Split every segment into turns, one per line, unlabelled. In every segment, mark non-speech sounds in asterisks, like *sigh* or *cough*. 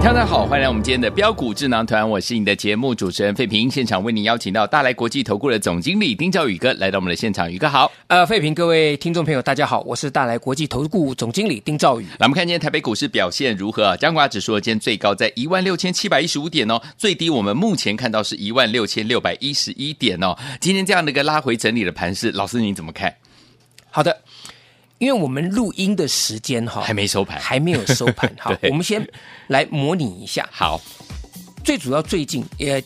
大家好，欢迎来我们今天的标股智囊团，我是你的节目主持人费平。现场为您邀请到大来国际投顾的总经理丁兆宇哥来到我们的现场，宇哥好。
呃，费平，各位听众朋友，大家好，我是大来国际投顾总经理丁兆宇。
来，我们看今天台北股市表现如何啊？加权指数今天最高在一万六千七百一十五点哦，最低我们目前看到是一万六千六百一十一点哦。今天这样的一个拉回整理的盘势，老师你怎么看？
好的，因为我们录音的时间哈，
还没收盘
还没有收盘哈，
*laughs* 对
我们先来模拟一下。
好，
最主要最近也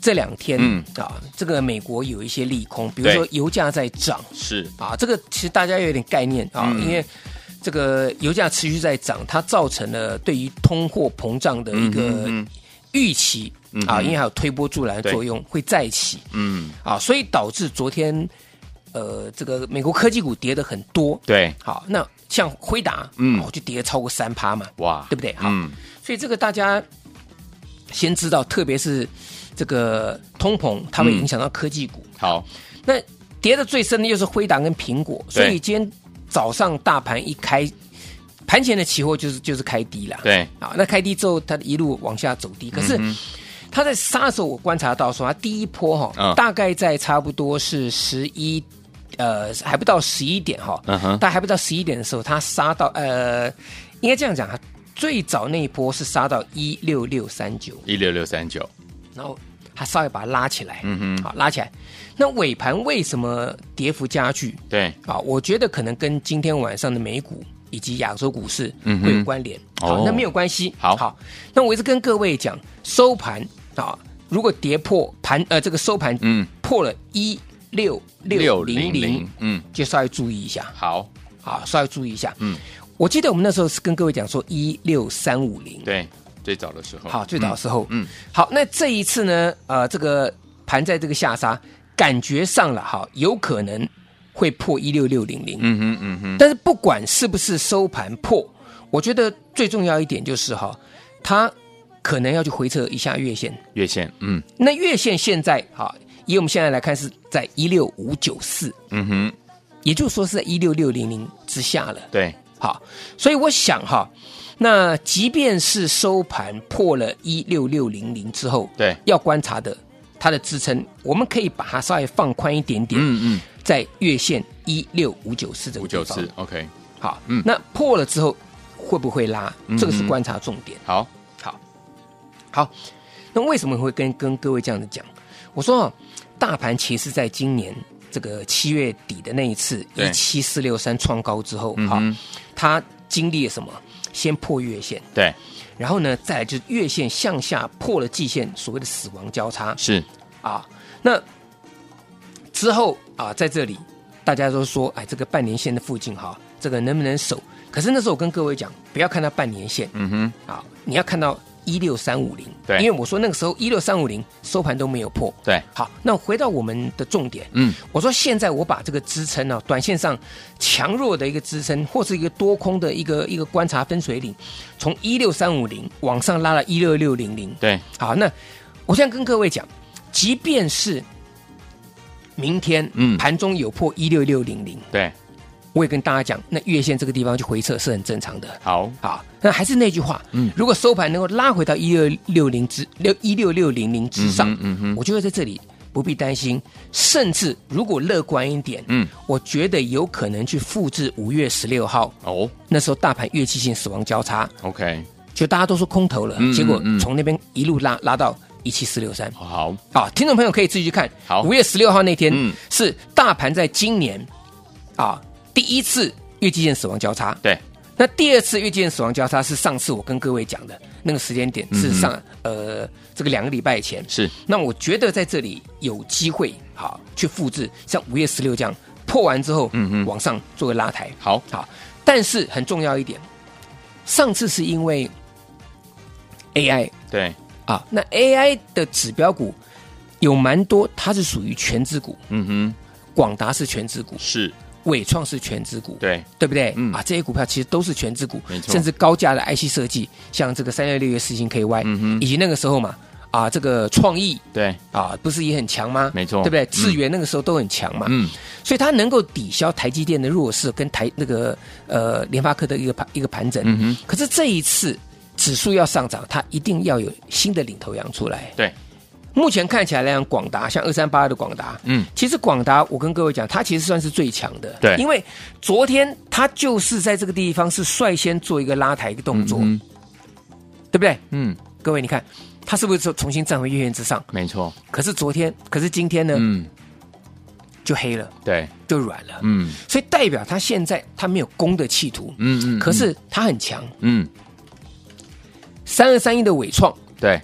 这两天，
嗯
啊，这个美国有一些利空，比如
对
说油价在涨
是
啊，这个其实大家有点概念啊，
嗯
因为。这个油价持续在涨，它造成了对于通货膨胀的一
嗯
个预期、啊，因为还有推波助澜的作用会再起。
嗯，
啊，所以导致昨天呃，这个美国科技股跌得很多。，
对，
好，那像辉达，
嗯
哦，就跌超过三趴嘛，
哇，
对不对？好，
嗯，
所以这个大家先知道，特别是这个通膨，它
嗯
会影响到科技股。
好，
那跌得最深的就是辉达跟苹果，所以
对
今天早上大盘一开，盘前的期货就是就是开低了。
对，
啊，那开低之后，它一路往下走低，
嗯
可是。它在杀的时候，我观察到说，它第一波哈、
嗯
大概在差不多是十一，呃，还不到十一点哈、
嗯哼
但还不到十一点的时候，它杀到呃，应该这样讲啊，最早那一波是杀到一六六三九，
一六六三九，
然后它稍微把它拉起来，
嗯哼
好拉起来。那尾盘为什么跌幅加剧？
对，
啊，我觉得可能跟今天晚上的美股以及亚洲股市
嗯哼
会有关联。
哦
好，那没有关系。
好
好，那我一直跟各位讲，收盘啊，如果跌破盘呃这个收盘
嗯，
破了一六六零零，，
嗯，
就稍微注意一下
好，
啊，稍微注意一下。
嗯，
我记得我们那时候是跟各位讲说一六三五零。
对，最早的时候，
好，最早的时候，
嗯嗯
好，那这一次呢，呃，这个盘在这个下杀，感觉上了哈，有可能会破一六六零零，
嗯哼，嗯哼，
但是不管是不是收盘破，我觉得最重要一点就是哈，它可能要去回测一下月线，
月线，嗯，
那月线现在哈，以我们现在来看是在一六五九四，
嗯哼，
也就是说是在一六六零零之下了。
对，
好，所以我想哈，那即便是收盘破了一六六零零之后，
对
要观察的它的支撑，我们可以把它稍微放宽一点点，
嗯
在月线一六五九四
嗯，
这个
五
地
九
方
四，OK，
好，
嗯
那破了之后会不会拉？
嗯
这个是观察重点。
好，
好，好，那为什么会跟跟各位这样子讲？我说啊，大盘其实在今年这个七月底的那一次
对
一七四六三创高之后，
嗯
哈、
哼
它经历了什么？先破月线，
对，
然后呢，再来就是月线向下破了季线，所谓的死亡交叉
是，
啊。那之后啊，在这里大家都说，哎，这个半年线的附近哈，这个能不能守？可是那时候我跟各位讲，不要看到半年线，
嗯哼，
啊，你要看到一六三五零，
对
因为我说那个时候一六三五零收盘都没有破。
对，
好，那回到我们的重点，
嗯，
我说现在我把这个支撑呢、短线上强弱的一个支撑，或是一个多空的一个一个观察分水岭，从一六三五零往上拉到一六六零零。
对，
好，那我现在跟各位讲，即便是明天，
嗯
盘中有破一六六零零，
对，
我也跟大家讲，那月线这个地方去回撤是很正常的。
好，
好，那还是那句话，
嗯
如果收盘能够拉回到一六六零之六一六六零零之上，
嗯哼嗯哼
我就会在这里不必担心，甚至如果乐观一点，
嗯，
我觉得有可能去复制五月十六号
哦
那时候大盘月季线死亡交叉，
，OK，
就大家都说空头了，
嗯
结果
嗯嗯
从那边一路拉拉到一七四六三。
好，
啊，听众朋友可以自己去看。
好
五月十六号那天、
嗯
是大盘在今年啊第一次月季线死亡交叉，
对，
那第二次月线死亡交叉是上次我跟各位讲的那个时间点，
嗯
是上、呃这个两个礼拜以前。
是
那我觉得在这里有机会好去复制，像五月十六这样破完之后，
嗯
嗯
嗯
嗯，往上做个拉抬。
好，
好，但是很重要一点，上次是因为 AI
对，
啊，那 AI 的指标股有蛮多，它是属于全资股，
嗯哼，
广达是全资股，
是，
伟创是全资股，
对，
对不对？
嗯
啊，这些股票其实都是全资股
没，错
甚至高价的 IC 设计，像这个三月六月四星 KY，、以
嗯
及那个时候嘛，啊，这个创意
对，
啊，不是也很强吗？
没错
对不对？
嗯
智源那个时候都很强嘛，
嗯，
所以它能够抵消台积电的弱势跟台那个呃联发科的一个盘一个盘整。
嗯哼，
可是这一次指数要上涨，它一定要有新的领头羊出来。
对，
目前看起来来讲，广达像二三八二的广达，
嗯，
其实广达我跟各位讲，它其实算是最强的，
对
因为昨天它就是在这个地方是率先做一个拉抬一个动作，
嗯
对不对？
嗯，
各位你看，它是不是重重新站回月线之上？
没错，
可是昨天，可是今天呢，
嗯，
就黑了，
对，
就软了，
嗯
所以代表它现在它没有攻的企图，
嗯嗯，
可，是它很强，
嗯，
三二三一的伟创
对，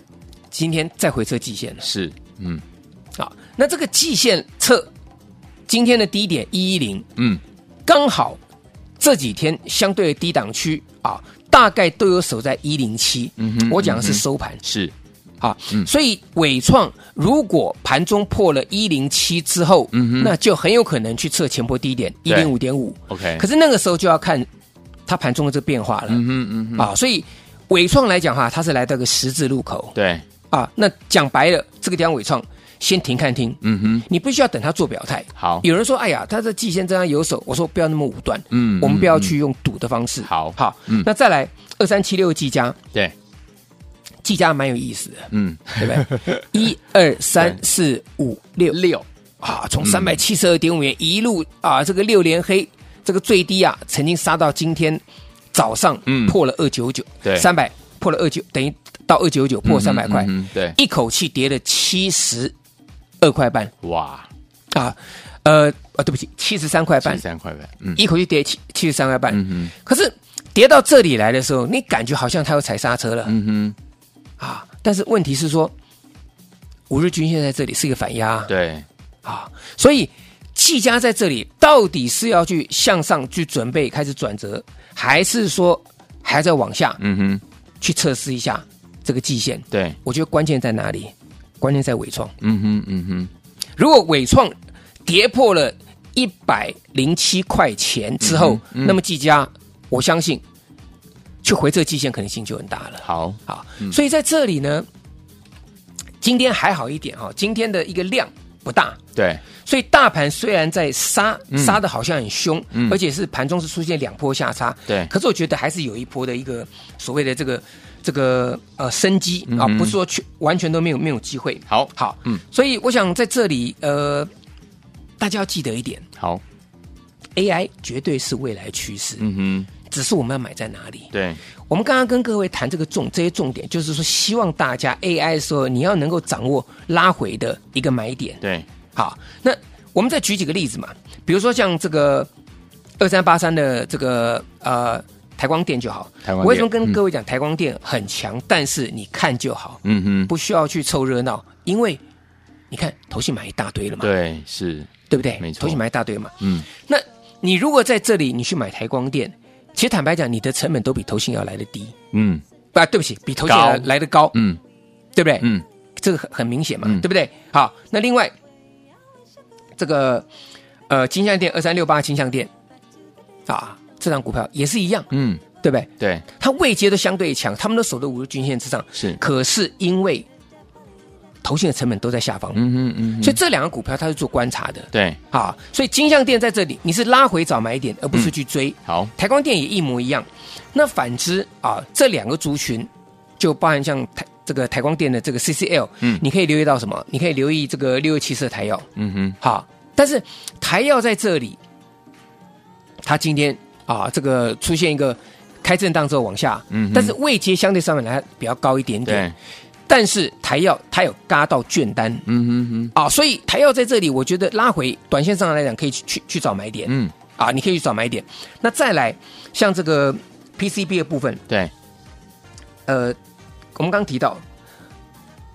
今天再回测季线了。
是，嗯
好，那这个季线测今天的低点一一零，
嗯，
刚好这几天相对的低档区啊，大概都有守在一零七。
嗯哼
我讲的
嗯
是
哼
收盘
是，
啊，
嗯
所以伟创如果盘中破了一零七之后，
嗯哼
那就很有可能去测前波低点一
对
零五点五。
OK
可是那个时候就要看它盘中的这个变化了、
嗯哼嗯哼，
啊，所以。伟创来讲哈，它是来到个十字路口
对，
啊。那讲白了，这个地方伟创先停看听，
嗯哼，
你必须要等他做表态。
好，
有人说：“哎呀，他这季线这样有手。”我说：“不要那么武断，
嗯
我们不要，
嗯
去用赌的方式。
好
好，
嗯
那再来二三七六季佳，
嗯对，
季佳蛮有意思的，
嗯，
对不对？一二三四五六六啊，从三
嗯
百七十二点五元一路啊，这个六连黑，这个最低啊，曾经杀到今天早上
嗯
破了二九九，
对
三百破了二九，等于到二九九破三百
嗯
块，
哼，嗯哼对，
一口气跌了七十二块半。
哇，
啊，呃啊，对不起，七十三块半
十，三块半，嗯，
一口气跌七七十三块半。
嗯
可是跌到这里来的时候，你感觉好像它要踩刹车了、
哼，嗯哼，
啊。但是问题是说，五日均线在这里是一个反压
对，
啊，所以技嘉在这里到底是要去向上去准备开始转折，还是说还在往下
嗯哼，
去测试一下这个季线？
对，
我觉得关键在哪里？关键在尾创。
嗯哼嗯哼，
如果伟创跌破了一百零七块钱之后，
嗯嗯
那么技嘉，我相信去回撤季线可能性就很大了。
好，
好，
嗯
所以在这里呢，今天还好一点哈、今天的一个量不大，
对，
所以大盘虽然在杀，
嗯
杀的好像很凶，
嗯
而且是盘中是出现两波下差，
对
可是我觉得还是有一波的一个所谓的这个这个呃生机
嗯
啊，
哼
不是说全完全都没有没有机会。
好，
好，
嗯
嗯，所以我想在这里，呃，大家要记得一点
好，
，AI 绝对是未来趋势，
嗯哼，
只是我们要买在哪里。
对，
我们刚刚跟各位谈这个重这些重点，就是说希望大家 AI 的时候，你要能够掌握拉回的一个买点。
对，
好，那我们再举几个例子嘛，比如说像这个二三八三的这个呃台光电就好。
台湾
我
也
为什么跟
嗯
各位讲台光电很强？但是你看就好，
嗯哼，
不需要去凑热闹，因为你看投信买一大堆了嘛。
对，是，
对不对？
没错
投信买一大堆嘛。
嗯，
那你如果在这里你去买台光电，其实坦白讲，你的成本都比投信要来的低，
嗯
啊，对不起，比投信来
高
来的高，
嗯
对不对？
嗯，
这个很很明显嘛，
嗯
对不对？好，那另外这个呃金像店二三六八金像店啊，这张股票也是一样，
嗯，
对不对？
对，
它位阶都相对强，他们都守在五日均线之上，
是，
可是因为投信的成本都在下方，
嗯哼嗯哼，
所以这两个股票它是做观察的。
对，
啊，所以金像店在这里，你是拉回找买点，而不是
嗯
去追。
好，
台光电也一模一样。那反之啊，这两个族群就包含像台这个台光电的这个 CCL，
嗯
你可以留意到什么？你可以留意这个六月七色台药，
嗯哼，
好，但是台药在这里，它今天啊这个出现一个开震荡之后往下，
嗯哼
但是位阶相对上面来比较高一点
对
点，，但是台药它有嘎到券单，
嗯哼哼，
啊，所以台药在这里，我觉得拉回短线上来讲，可以去去去找买点、
嗯，
啊，你可以去找买点。那再来像这个 PCB 的部分，
对，
呃，我们刚刚提到，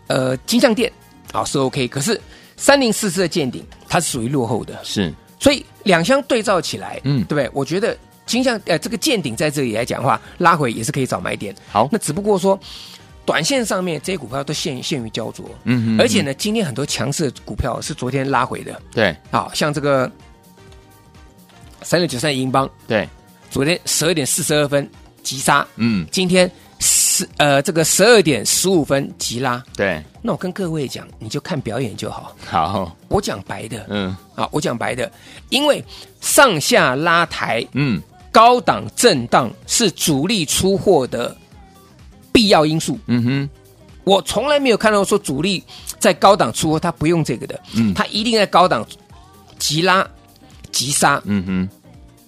呃，金像电啊是 OK，可是三零四四的见顶它是属于落后的，
是，
所以两相对照起来，
嗯
嗯，对不对？我觉得金像呃这个见顶在这里来讲的话，拉回也是可以找买点。
好
那只不过说，短线上面这些股票都限限于焦灼，
嗯哼
而且呢，今天很多强势的股票是昨天拉回的
对
啊，像这个三六九三银邦，
对，
昨天十二点四十二分急杀，
嗯，
今天十呃这个十二点十五分急拉。
对，
那我跟各位讲，你就看表演就好。
好，
我讲白的，
嗯
啊，我讲白的，因为上下拉抬、
嗯，
高档震荡是主力出货的必要因素。
嗯哼，
我从来没有看到说主力在高档出货，他不用这个的，
嗯
他一定在高档急拉、急杀，
嗯哼，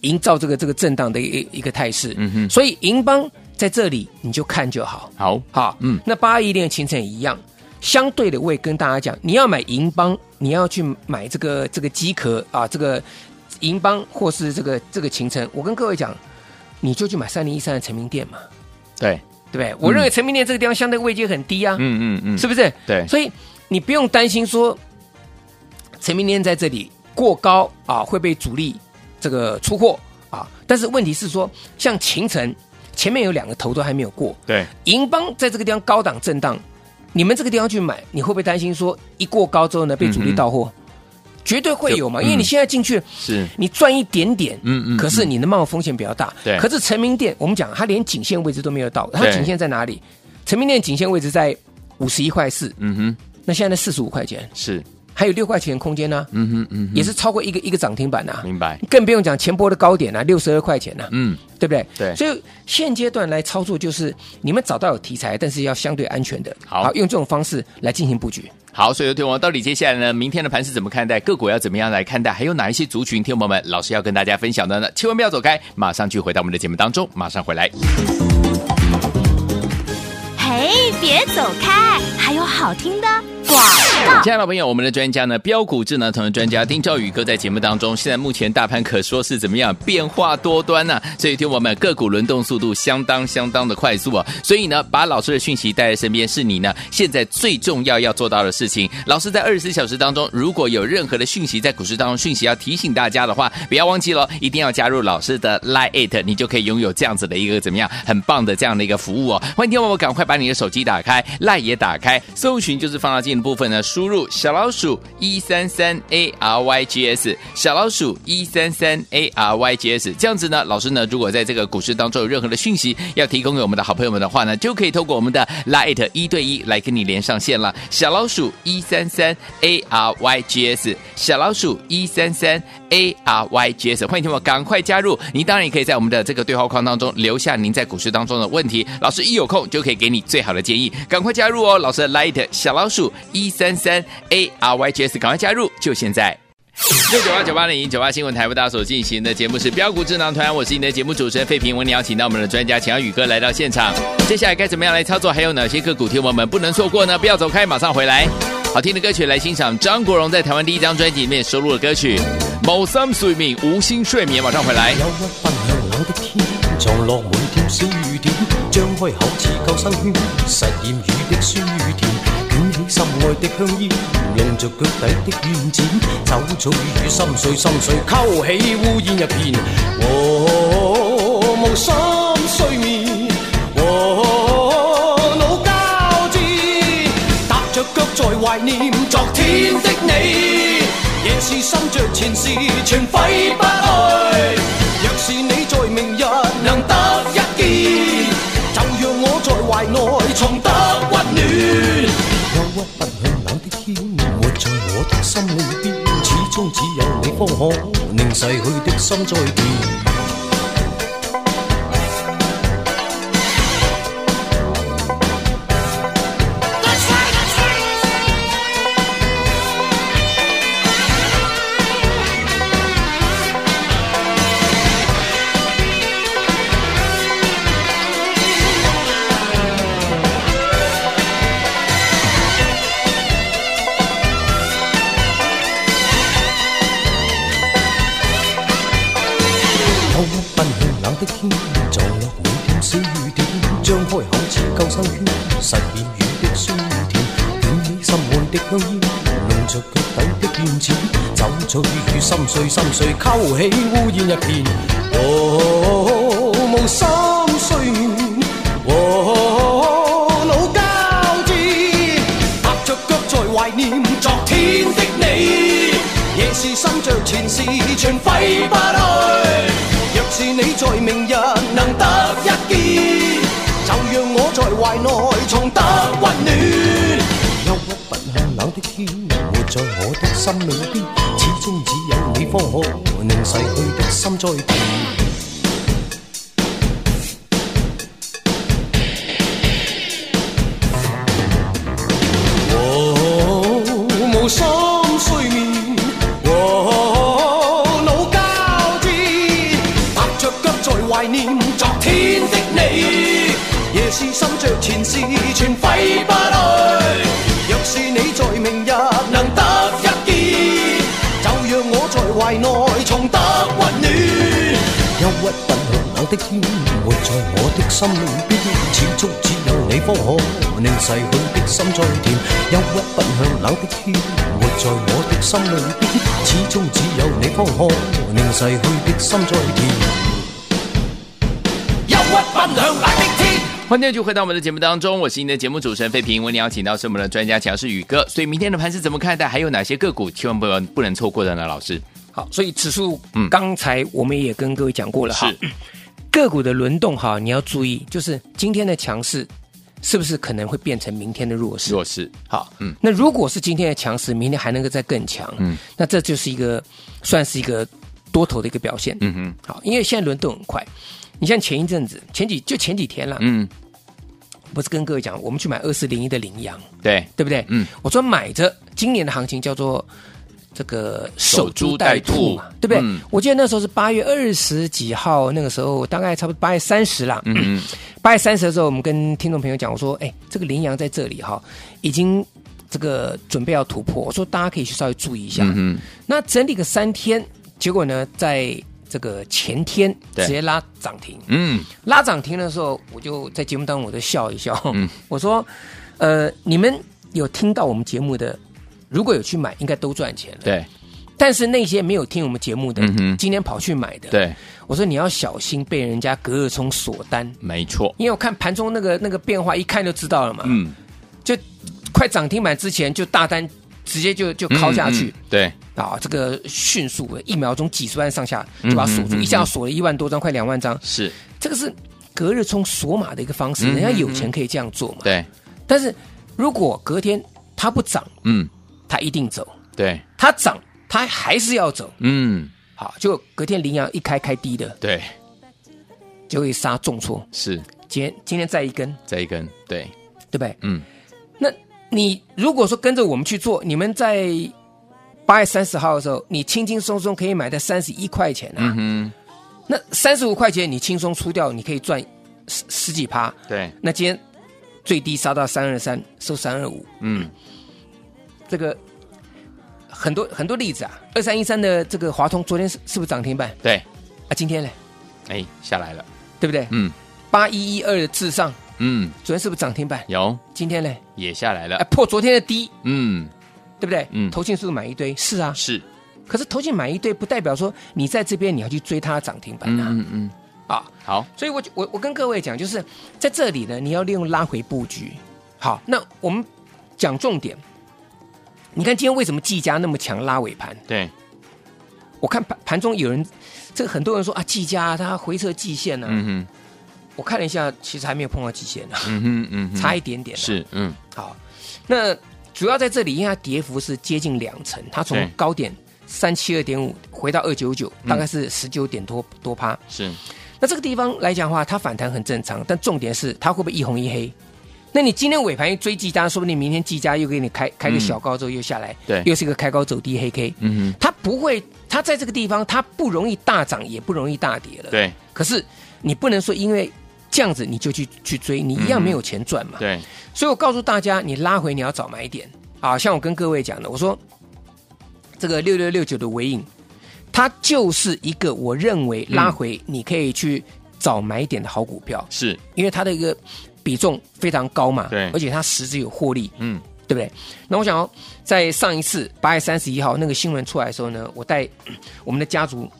营造这个这个震荡的一一个态势。
嗯哼
所以银邦在这里你就看就好。
好，
好，
嗯
嗯，那八一零的秦城也一样。相对的，我也跟大家讲，你要买银邦，你要去买这个这个机壳啊，这个银邦或是这个这个秦城。我跟各位讲，你就去买三零一三的成名店嘛，
对，
对不对？我认为成名店这个地方相对位阶很低啊，
嗯嗯嗯，
是不是？
对
所以你不用担心说成名店在这里过高啊会被主力这个出货啊，但是问题是说，像秦城前面有两个头都还没有过，
对，
银邦在这个地方高档震荡，你们这个地方去买，你会不会担心说一过高之后呢被主力到货？绝对会有嘛，
就嗯
因为你现在进去，
是，
你赚一点点，
嗯嗯嗯
可是你的冒风险比较大。
对
可是成名店我们讲它连颈线位置都没有到，它
对
颈线在哪里？成名店颈线位置在五十一块四，
嗯哼，
那现在四十五块钱，
是，
还有六块钱空间呢、啊
嗯哼嗯哼，
也是超过一个一个涨停板呐、啊，
明白，
更不用讲前波的高点啊，六十二块钱呐、
嗯，
对不对？
对
所以现阶段来操作就是你们找到有题材，但是要相对安全的，
好
用这种方式来进行布局。
好，所以有听我啊到底接下来呢，明天的盘是怎么看待，个股要怎么样来看待，还有哪一些族群，听友们，老师要跟大家分享的呢？千万不要走开，马上就回到我们的节目当中，马上回来。
嘿，别走开，还有好听的广告。
亲爱的朋友，我们的专家呢，标股智能投资专家丁兆宇哥在节目当中，现在目前大盘可说是怎么样变化多端呢、所以听我们个股轮动速度相当相当的快速啊、所以呢，把老师的讯息带在身边，是你呢现在最重要要做到的事情。老师在二十四小时当中，如果有任何的讯息在股市当中讯息要提醒大家的话，不要忘记了，一定要加入老师的 Line It，你就可以拥有这样子的一个怎么样很棒的这样的一个服务哦。欢迎听我们赶快把你的手机打开，Line 也打开，搜寻就是放大镜的部分呢，输入小老鼠一三三 A R Y G S，小老鼠一三三 A R Y G S，这样子呢，老师呢如果在这个股市当中有任何的讯息要提供给我们的好朋友们的话呢，就可以透过我们的 Line 一对一来跟你连上线了，小老鼠一三三 A R Y G S，小老鼠一三三 A R Y G S，欢迎听我赶快加入，您当然也可以在我们的这个对话框当中留下您在股市当中的问题，老师一有空就可以给你最好的建议，赶快加入哦，老师的 Light 小老鼠一三三 A R Y G S，赶快加入，就现在。六九八九八零九八新闻台为大家所进行的节目是标股智囊团，我是你的节目主持人费平。我们邀请到我们的专家钱宇哥来到现场，接下来该怎么样来操作？还有哪些个股听我们不能错过呢？不要走开，马上回来。好听的歌曲来欣赏张国荣在台湾第一张专辑里面收录的歌曲《某 some Swimming》无心睡眠，马上回来。
有一份向往的天，藏落每天小雨点，張開口似救生圈，實驗雨的酸與甜，捲起心愛的香煙，用着腳底的怨剪，走草與雨心碎心碎，溝起烏煙一片。我無心睡眠，我腦交戰。踏着腳在懷念昨天的你，夜是心着前事，全揮不去。若是你在明日能得一見，就讓我在懷內重得温暖。憂鬱不向冷的天，活在我的心裏邊，始終只有你方可令逝去的心再見。有換的香煙，弄着腳底的怨錢，酒醉與心碎，心碎勾起烏煙一片。哦，無心睡眠，哦，腦交戰，踏着腳在懷念昨天的你，夜是心着前事，全揮不去。若是你在明日能得一見，就讓我在懷內重得温暖。憂鬱不向冷的天，活在我的心裏邊，始終只有你方可令逝去的心再甜。哦，無心睡眠，哦，腦交戰，踏着腳在懷念昨天的你。夜是心着前事，全揮不去。若是你在明日能得一見，就讓我在懷內重得温暖。憂鬱奔向冷的天，活在我的心裏邊，始終只有你方可令逝去的心再甜。憂鬱奔向冷的天，活在我的心裏邊，始終只有你方可令逝去的心再甜。
忧郁奔向冷的天。
欢迎继续回到我们的节目当中，我是你的节目主持人费平。为你邀请到是我们的专家强势宇哥，所以明天的盘是怎么看待？还有哪些个股千万不能不能错过的呢？老师，
好，所以指数
嗯，
刚才我们也跟各位讲过了哈，个股的轮动哈，你要注意，就是今天的强势是不是可能会变成明天的弱势？
弱势
好，
嗯
嗯，那如果是今天的强势，明天还能够再更强，
嗯
嗯，那这就是一个算是一个多头的一个表现，
嗯哼，
好，因为现在轮动很快，你像前一阵子，前几就前几天了，
嗯，
不是跟各位讲，我们去买二四零一的羚羊，
对，
对不对？
嗯，
我说买着今年的行情叫做这个
守株待兔
嘛，对不对？
嗯
我记得那时候是八月二十几号，那个时候大概差不多八月三十啦。
嗯
八月三十的时候，我们跟听众朋友讲，我说，哎，这个羚羊在这里哈，已经这个准备要突破，我说大家可以去稍微注意一下。
嗯哼，
那整理个三天，结果呢，在这个前天
对
直接拉涨停，
嗯，
拉涨停的时候，我就在节目当中我就笑一笑，
嗯
我说，呃，你们有听到我们节目的，如果有去买，应该都赚钱了。
对
但是那些没有听我们节目的，
嗯哼
今天跑去买的，，
对，
我说你要小心被人家隔日冲锁单，
没错，
因为我看盘中那个那个变化，一看就知道了嘛，
嗯，
就快涨停板之前就大单直接就就敲下
嗯，嗯
去。
嗯对，
啊，这个迅速的一秒钟几十万上下就把它锁住，一下锁了一万多张，快两万张，
是，
这个是隔日冲锁码的一个方式，
嗯
人家有钱可以这样做嘛。
对，
但是如果隔天它不涨，
嗯，
它一定走；
对，
它涨，它还是要走。
嗯，
好，就隔天羚羊一开开低的，
对，
就会杀重挫。
是，
今天今天再一根，
这一根，对，
对不对？
嗯，
那你如果说跟着我们去做，你们在八月三十号的时候，你轻轻松松可以买到三十一块钱啊。
嗯
那三十五块钱你轻松出掉，你可以赚十十几趴。
哼，对，
那今天最低杀到三二三，收三二五，
嗯，
这个很多很多例子啊。二三一三的这个华通，昨天是是不是涨停板
对，
啊？今天呢，
哎，下来了，
对不对？
嗯
八一一二的至上，
嗯，
昨天是不是涨停板？
有
今天呢，
也下来
哎，
了，
破昨天的低，
嗯，
对不对？
嗯
投信是不是买一堆？是啊，
是，
可是投信买一堆，不代表说你在这边你要去追它的涨停板
嗯
啊
嗯嗯，
啊。
好，
所以我就我我跟各位讲，就是在这里呢，你要利用拉回布局。好，那我们讲重点。你看今天为什么技嘉那么强拉尾盘？
对，
我看盘盘中有人，这个很多人说啊，技嘉它回撤季线呢、啊
嗯哼，
我看了一下，其实还没有碰到季线呢、啊
嗯哼嗯哼，
差一点点、啊。
是，嗯，
好，那主要在这里，因为它跌幅是接近两成，它从
对嗯
高点三七二点五回到二九九，大概是十九点多多趴。
是，
那这个地方来讲的话，它反弹很正常，但重点是它会不会一红一黑？那你今天尾盘一追技嘉，说不定明天技嘉又给你开开个小高之后又下来，
对
又是一个开高走低黑 K。
嗯
它不会，它在这个地方它不容易大涨，也不容易大跌了。
哼，，对
可是你不能说因为这样子你就去去追，你一样没有钱赚嘛。
对，
所以我告诉大家，你拉回你要找买点啊。像我跟各位讲的，我说这个六六六九的尾影，它就是一个我认为拉回你可以去找买点的好股票，
是，
因为它的一个比重非常高嘛，
对
而且它实质有获利，
嗯，
对不对？那我想要在上一次八月三十一号那个新闻出来的时候呢，我带我们的家族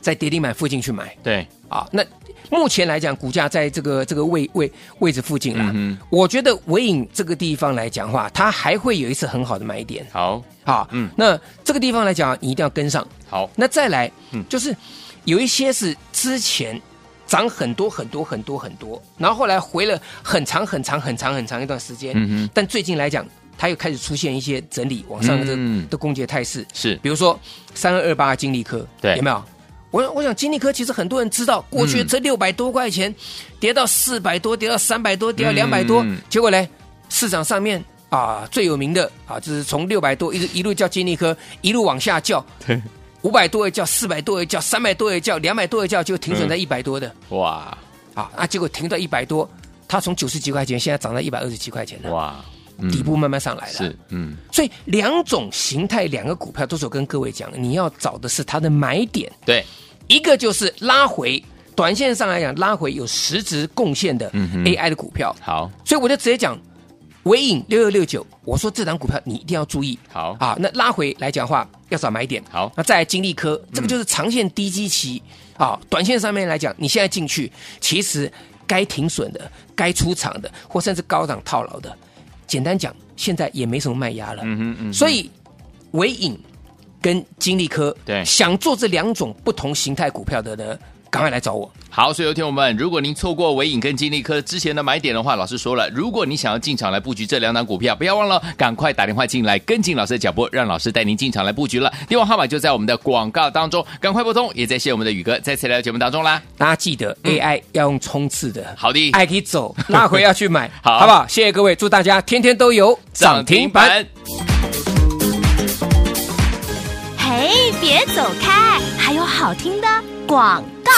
在跌停板附近去买
对，
啊。那目前来讲，股价在这个这个位位位置附近啦，
嗯
我觉得尾影这个地方来讲的话，它还会有一次很好的买点。
好，
好，
嗯
嗯，那这个地方来讲，你一定要跟上。
好，
那再来，
嗯
就是有一些是之前涨很多很多很多很多，然后后来回了很长很长很长很长一段时间，
嗯哼
但最近来讲，它又开始出现一些整理往上的、
嗯
的攻击的态势，
是，
比如说三二二八金利科，
对
有没有？我我想金利科其实很多人知道，过去
嗯
这六百多块钱、跌到四百多，跌到三百多，跌到两百多，
嗯
结果嘞，市场上面啊最有名的啊，就是从六百多一直一路叫金利科，一路往下叫，
*laughs* 对，
五百多也叫，四百多也叫，三百多也叫，两百多也叫，就停损在
嗯
一百多的、
哇
啊啊，结果停到一百多，它从九十几块钱现在涨到一百二十几块钱了，
哇，嗯
底部慢慢上来了。
是，嗯，
所以两种形态，两个股票都是我跟各位讲，你要找的是它的买点，
对，
一个就是拉回，短线上来讲拉回有实质贡献的
嗯哼
AI 的股票，
好，
所以我就直接讲。尾影六六六九，我说这档股票你一定要注意，
好
啊，那拉回来讲话要找买点。
好
那再来金利科，这个就是长线低基期、啊，短线上面来讲，你现在进去，其实该停损的、该出场的，或甚至高档套牢的，简单讲，现在也没什么卖压了。
嗯哼嗯哼，
所以尾影跟金利科，
对
想做这两种不同形态股票的呢，赶快来找我。
好，所以有听我们，如果您错过伟影跟金利科之前的买点的话，老师说了，如果你想要进场来布局这两档股票，不要忘了赶快打电话进来，跟紧老师的脚步，让老师带您进场来布局了。电话号码就在我们的广告当中，赶快拨通，也在谢我们的宇哥再次来到节目当中啦。
大家记得
嗯
AI 要用冲刺的，
好的
爱可以走，拉回要去买，
好
好不好？谢谢各位，祝大家天天都有涨停板。。
嘿，别走开，还有好听的广告。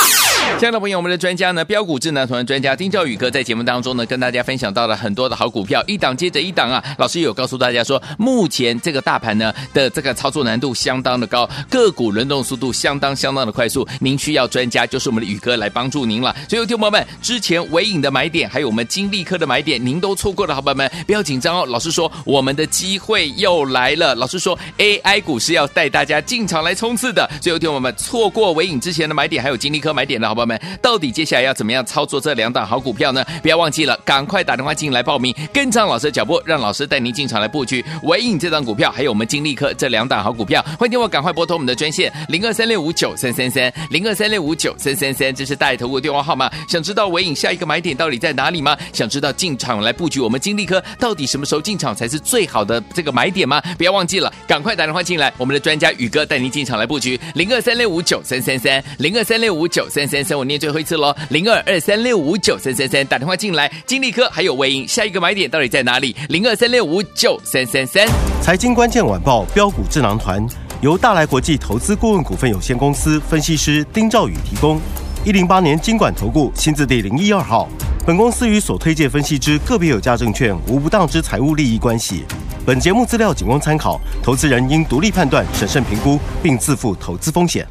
亲爱的朋友，我们的专家呢，呃标股智能团专家丁兆宇哥在节目当中呢，跟大家分享到了很多的好股票，一档接着一档啊。老师有告诉大家说，目前这个大盘呢的这个操作难度相当的高，个股轮动速度相当相当的快速，您需要专家就是我们的宇哥来帮助您了。所以，听众朋友们，之前尾影的买点，还有我们金利科的买点，您都错过了，好朋友们不要紧张哦。老师说，我们的机会又来了。老师说，AI 股是要带大家进场来冲刺的，所以有听我们错过尾影之前的买点，还有金利科买点的好朋友们，到底接下来要怎么样操作这两档好股票呢？不要忘记了，赶快打电话进来报名，跟上老师的脚步，让老师带您进场来布局尾影这档股票，还有我们金利科这两档好股票。欢迎听我赶快拨通我们的专线零二三六五九三三三零二三六五九三三三，这是带头的电话号码。想知道尾影下一个买点到底在哪里吗？想知道进场来布局我们金利科到底什么时候进场才是最好的这个买点吗？不要忘记了，赶快打电话进来，我们的专家宇哥带您进场来布局零二三六五九三三三零二三六五九三三三，我念最后一次喽，零二二三六五九三三三，打电话进来，金利科还有尾影下一个买点到底在哪里？零二三六五九三三三。
财经关键晚报标股智囊团由大来国际投资顾问股份有限公司分析师丁兆宇提供。一零八年经管投顾新字第零一二号。本公司与所推介分析之个别有价证券无不当之财务利益关系。本节目资料仅供参考，投资人应独立判断、审慎评估，并自负投资风险。